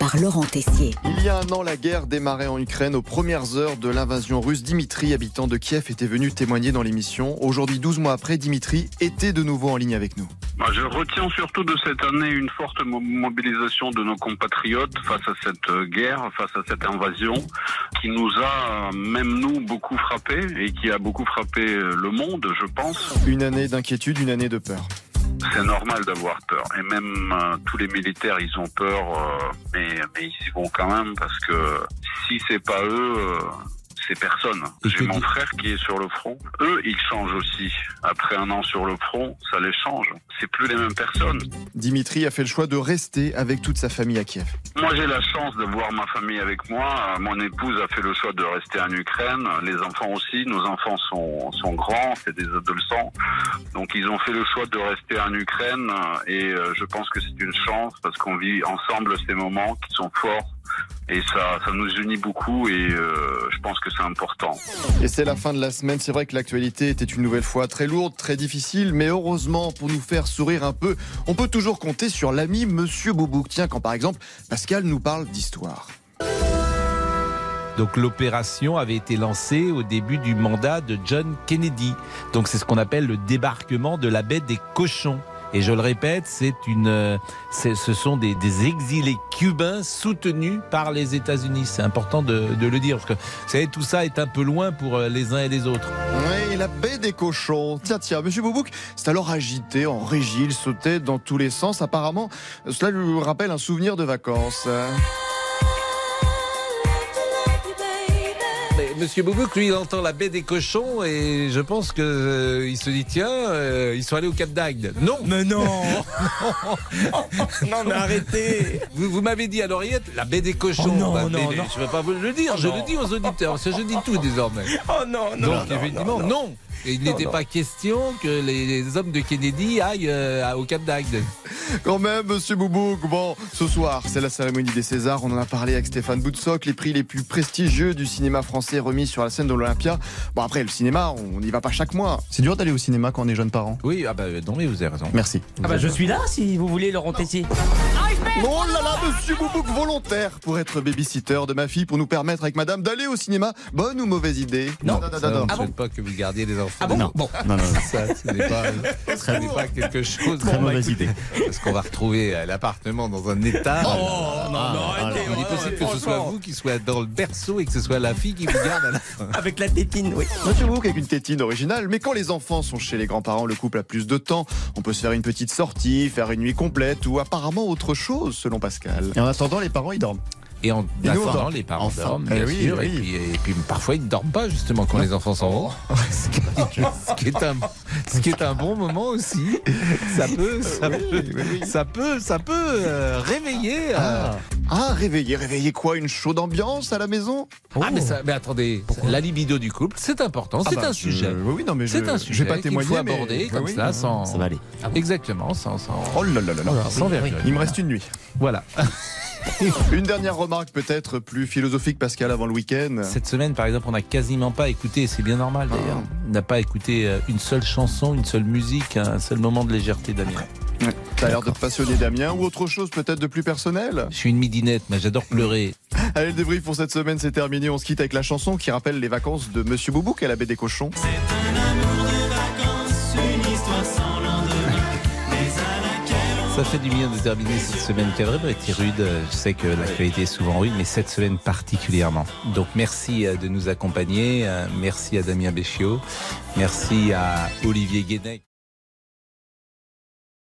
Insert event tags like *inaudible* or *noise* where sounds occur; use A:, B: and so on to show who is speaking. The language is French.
A: par Laurent Tessier.
B: Il y a un an, la guerre démarrait en Ukraine. Aux premières heures de l'invasion russe, Dimitri, habitant de Kiev, était venu témoigner dans l'émission. Aujourd'hui, 12 mois après, Dimitri était de nouveau en ligne avec nous.
C: Moi, Bah, Je retiens surtout de cette année une forte mo- mobilisation de nos compatriotes face à cette euh, guerre, face à cette invasion qui nous a, euh, même nous, beaucoup frappés et qui a beaucoup frappé euh, le monde, je pense.
B: Une année d'inquiétude, une année de peur.
C: C'est normal d'avoir peur. Et même euh, tous les militaires, ils ont peur, euh, mais, mais ils y vont quand même parce que si c'est pas eux, euh, c'est personne.
D: Et que
C: J'ai mon
D: dit-
C: frère qui est sur le front. Eux, ils changent aussi. Après un an sur le front, ça les change. C'est plus les mêmes personnes.
B: Dimitri a fait le choix de rester avec toute sa famille à Kiev.
C: Moi, j'ai la chance de voir ma famille avec moi. Euh, Mon épouse a fait le choix de rester en Ukraine. Les enfants aussi. Nos enfants sont, sont grands, c'est des adolescents. Donc, ils ont fait le choix de rester en Ukraine. euh, Et euh, je pense que c'est une chance parce qu'on vit ensemble ces moments qui sont forts. Et ça, ça nous unit beaucoup et euh, je pense que c'est important.
B: Et c'est la fin de la semaine. C'est vrai que l'actualité était une nouvelle fois très lourde, très difficile, mais heureusement, pour nous faire sourire un peu, on peut toujours compter sur l'ami Monsieur Boubouk. Tiens, quand par exemple, Pascal nous parle d'histoire.
D: Donc l'opération avait été lancée au début du mandat de John Kennedy. Donc c'est ce qu'on appelle le débarquement de la baie des cochons. Et je le répète, c'est une, euh, c'est- ce sont des, des exilés cubains soutenus par les États-Unis. C'est important de, de le dire parce que vous savez, tout ça est un peu loin pour euh, les uns et les autres.
B: Oui, la baie des cochons. Tiens, tiens, Monsieur Boubouk c'est alors agité, en régie, il sautait dans tous les sens. Apparemment, cela lui rappelle un souvenir de vacances.
D: Mais Monsieur Boubouk, lui, il entend la baie des cochons et je pense que euh, il se dit tiens, euh, ils sont allés au Cap d'Agde. Non,
E: Mais non Non, mais arrêtez
D: vous, vous m'avez dit à l'oreillette la baie des cochons.
E: Oh non,
D: Bah,
E: non,
D: mais-
E: non.
D: je ne vais pas vous le dire,
E: Oh
D: je
E: non.
D: le dis aux auditeurs, parce que je dis tout désormais.
E: Oh non, non
D: Donc effectivement, non. Et il n'était
E: non.
D: pas question que les, les hommes de Kennedy aillent euh, au Cap d'Agde.
B: Quand même, Monsieur Boubouk. Bon, ce soir, c'est la cérémonie des Césars. On en a parlé avec Stéphane Boutsock, les prix les plus prestigieux du cinéma français remis sur la scène de l'Olympia. Bon, après, le cinéma, on n'y va pas chaque mois. C'est dur d'aller au cinéma quand on est jeune parent.
D: Oui, ah bah non, mais vous avez raison.
B: Merci.
E: Ah bah je suis là si vous voulez Laurent Tessier.
B: Oh là là, Monsieur Boubouk volontaire pour être babysitter de ma fille, pour nous permettre avec Madame d'aller au cinéma. Bonne ou mauvaise idée
E: Non.
B: non, non,
D: Ça,
B: non.
D: Je ne souhaite pas que vous gardiez les enfants.
E: Ah bon Bon.
F: Non, non, non.
D: Ça, ce n'est *laughs* pas, ce n'est pas quelque chose.
F: Très
D: Bon, bah,
F: mauvaise idée.
D: Parce qu'on va retrouver euh, l'appartement dans un état. Oh,
E: non, Ah, non, arrêtez,
D: Il est possible que ce soit vous qui soit dans le berceau et que ce soit la fille qui vous garde à la fin.
E: Avec la tétine, oui.
B: Monsieur Boubouk avec une tétine originale, mais quand les enfants sont chez les grands-parents, le couple a plus de temps. On peut se faire une petite sortie, faire une nuit complète ou apparemment autre chose, selon Pascal.
F: Et en attendant, les parents, ils dorment.
D: Et en
F: Et nous, on
D: attendant,
F: dort.
D: les parents
F: Enfin.
D: dorment,
F: Eh
D: bien
F: oui,
D: sûr.
F: oui.
D: Et, puis, et puis, parfois, ils ne dorment pas, justement, quand les enfants s'en vont. *laughs* ce, qui, ce qui est un, ce qui est un bon moment aussi. Ça peut, ça peut, ça peut, ça peut euh, réveiller. euh.
B: Ah, réveiller, réveiller quoi Une chaude ambiance à la maison
D: Ah, mais, ça- mais attendez, la libido du couple, c'est important, c'est
B: Ah bah,
D: un
B: je-
D: sujet.
B: Oui, oui, non, mais je
D: C'est un
B: je
D: sujet
B: vais pas
D: qu'il
B: témoigner,
D: faut
B: mais-
D: aborder
B: oui,
D: comme
B: oui.
D: ça, sans...
F: Ça va aller.
D: Exactement, sans... sans...
B: Oh là là là là.
D: sans virgule.
B: Il me reste une
D: *laughs*
B: nuit.
D: Voilà.
B: Une dernière remarque peut-être plus philosophique, Pascal, avant le week-end.
D: Cette semaine, par exemple, on n'a quasiment pas écouté, et c'est bien normal d'ailleurs, on n'a pas écouté euh, une seule chanson, une seule musique, un seul moment de légèreté, Damien.
B: T'as l'air de te passionner, Damien, ou autre chose peut-être de plus personnel
D: Je suis une midinette, mais j'adore pleurer.
B: Allez, le débrief pour cette semaine, c'est terminé. On se quitte avec la chanson qui rappelle les vacances de Monsieur Boubouk à la baie des cochons.
D: Ça fait du bien de terminer cette semaine qui a vraiment été rude. Euh, Je sais que l'actualité est souvent rude, mais cette semaine particulièrement. Donc merci euh, de nous accompagner. Euh, Merci à Damien Béchiot. Merci à Olivier Guénec.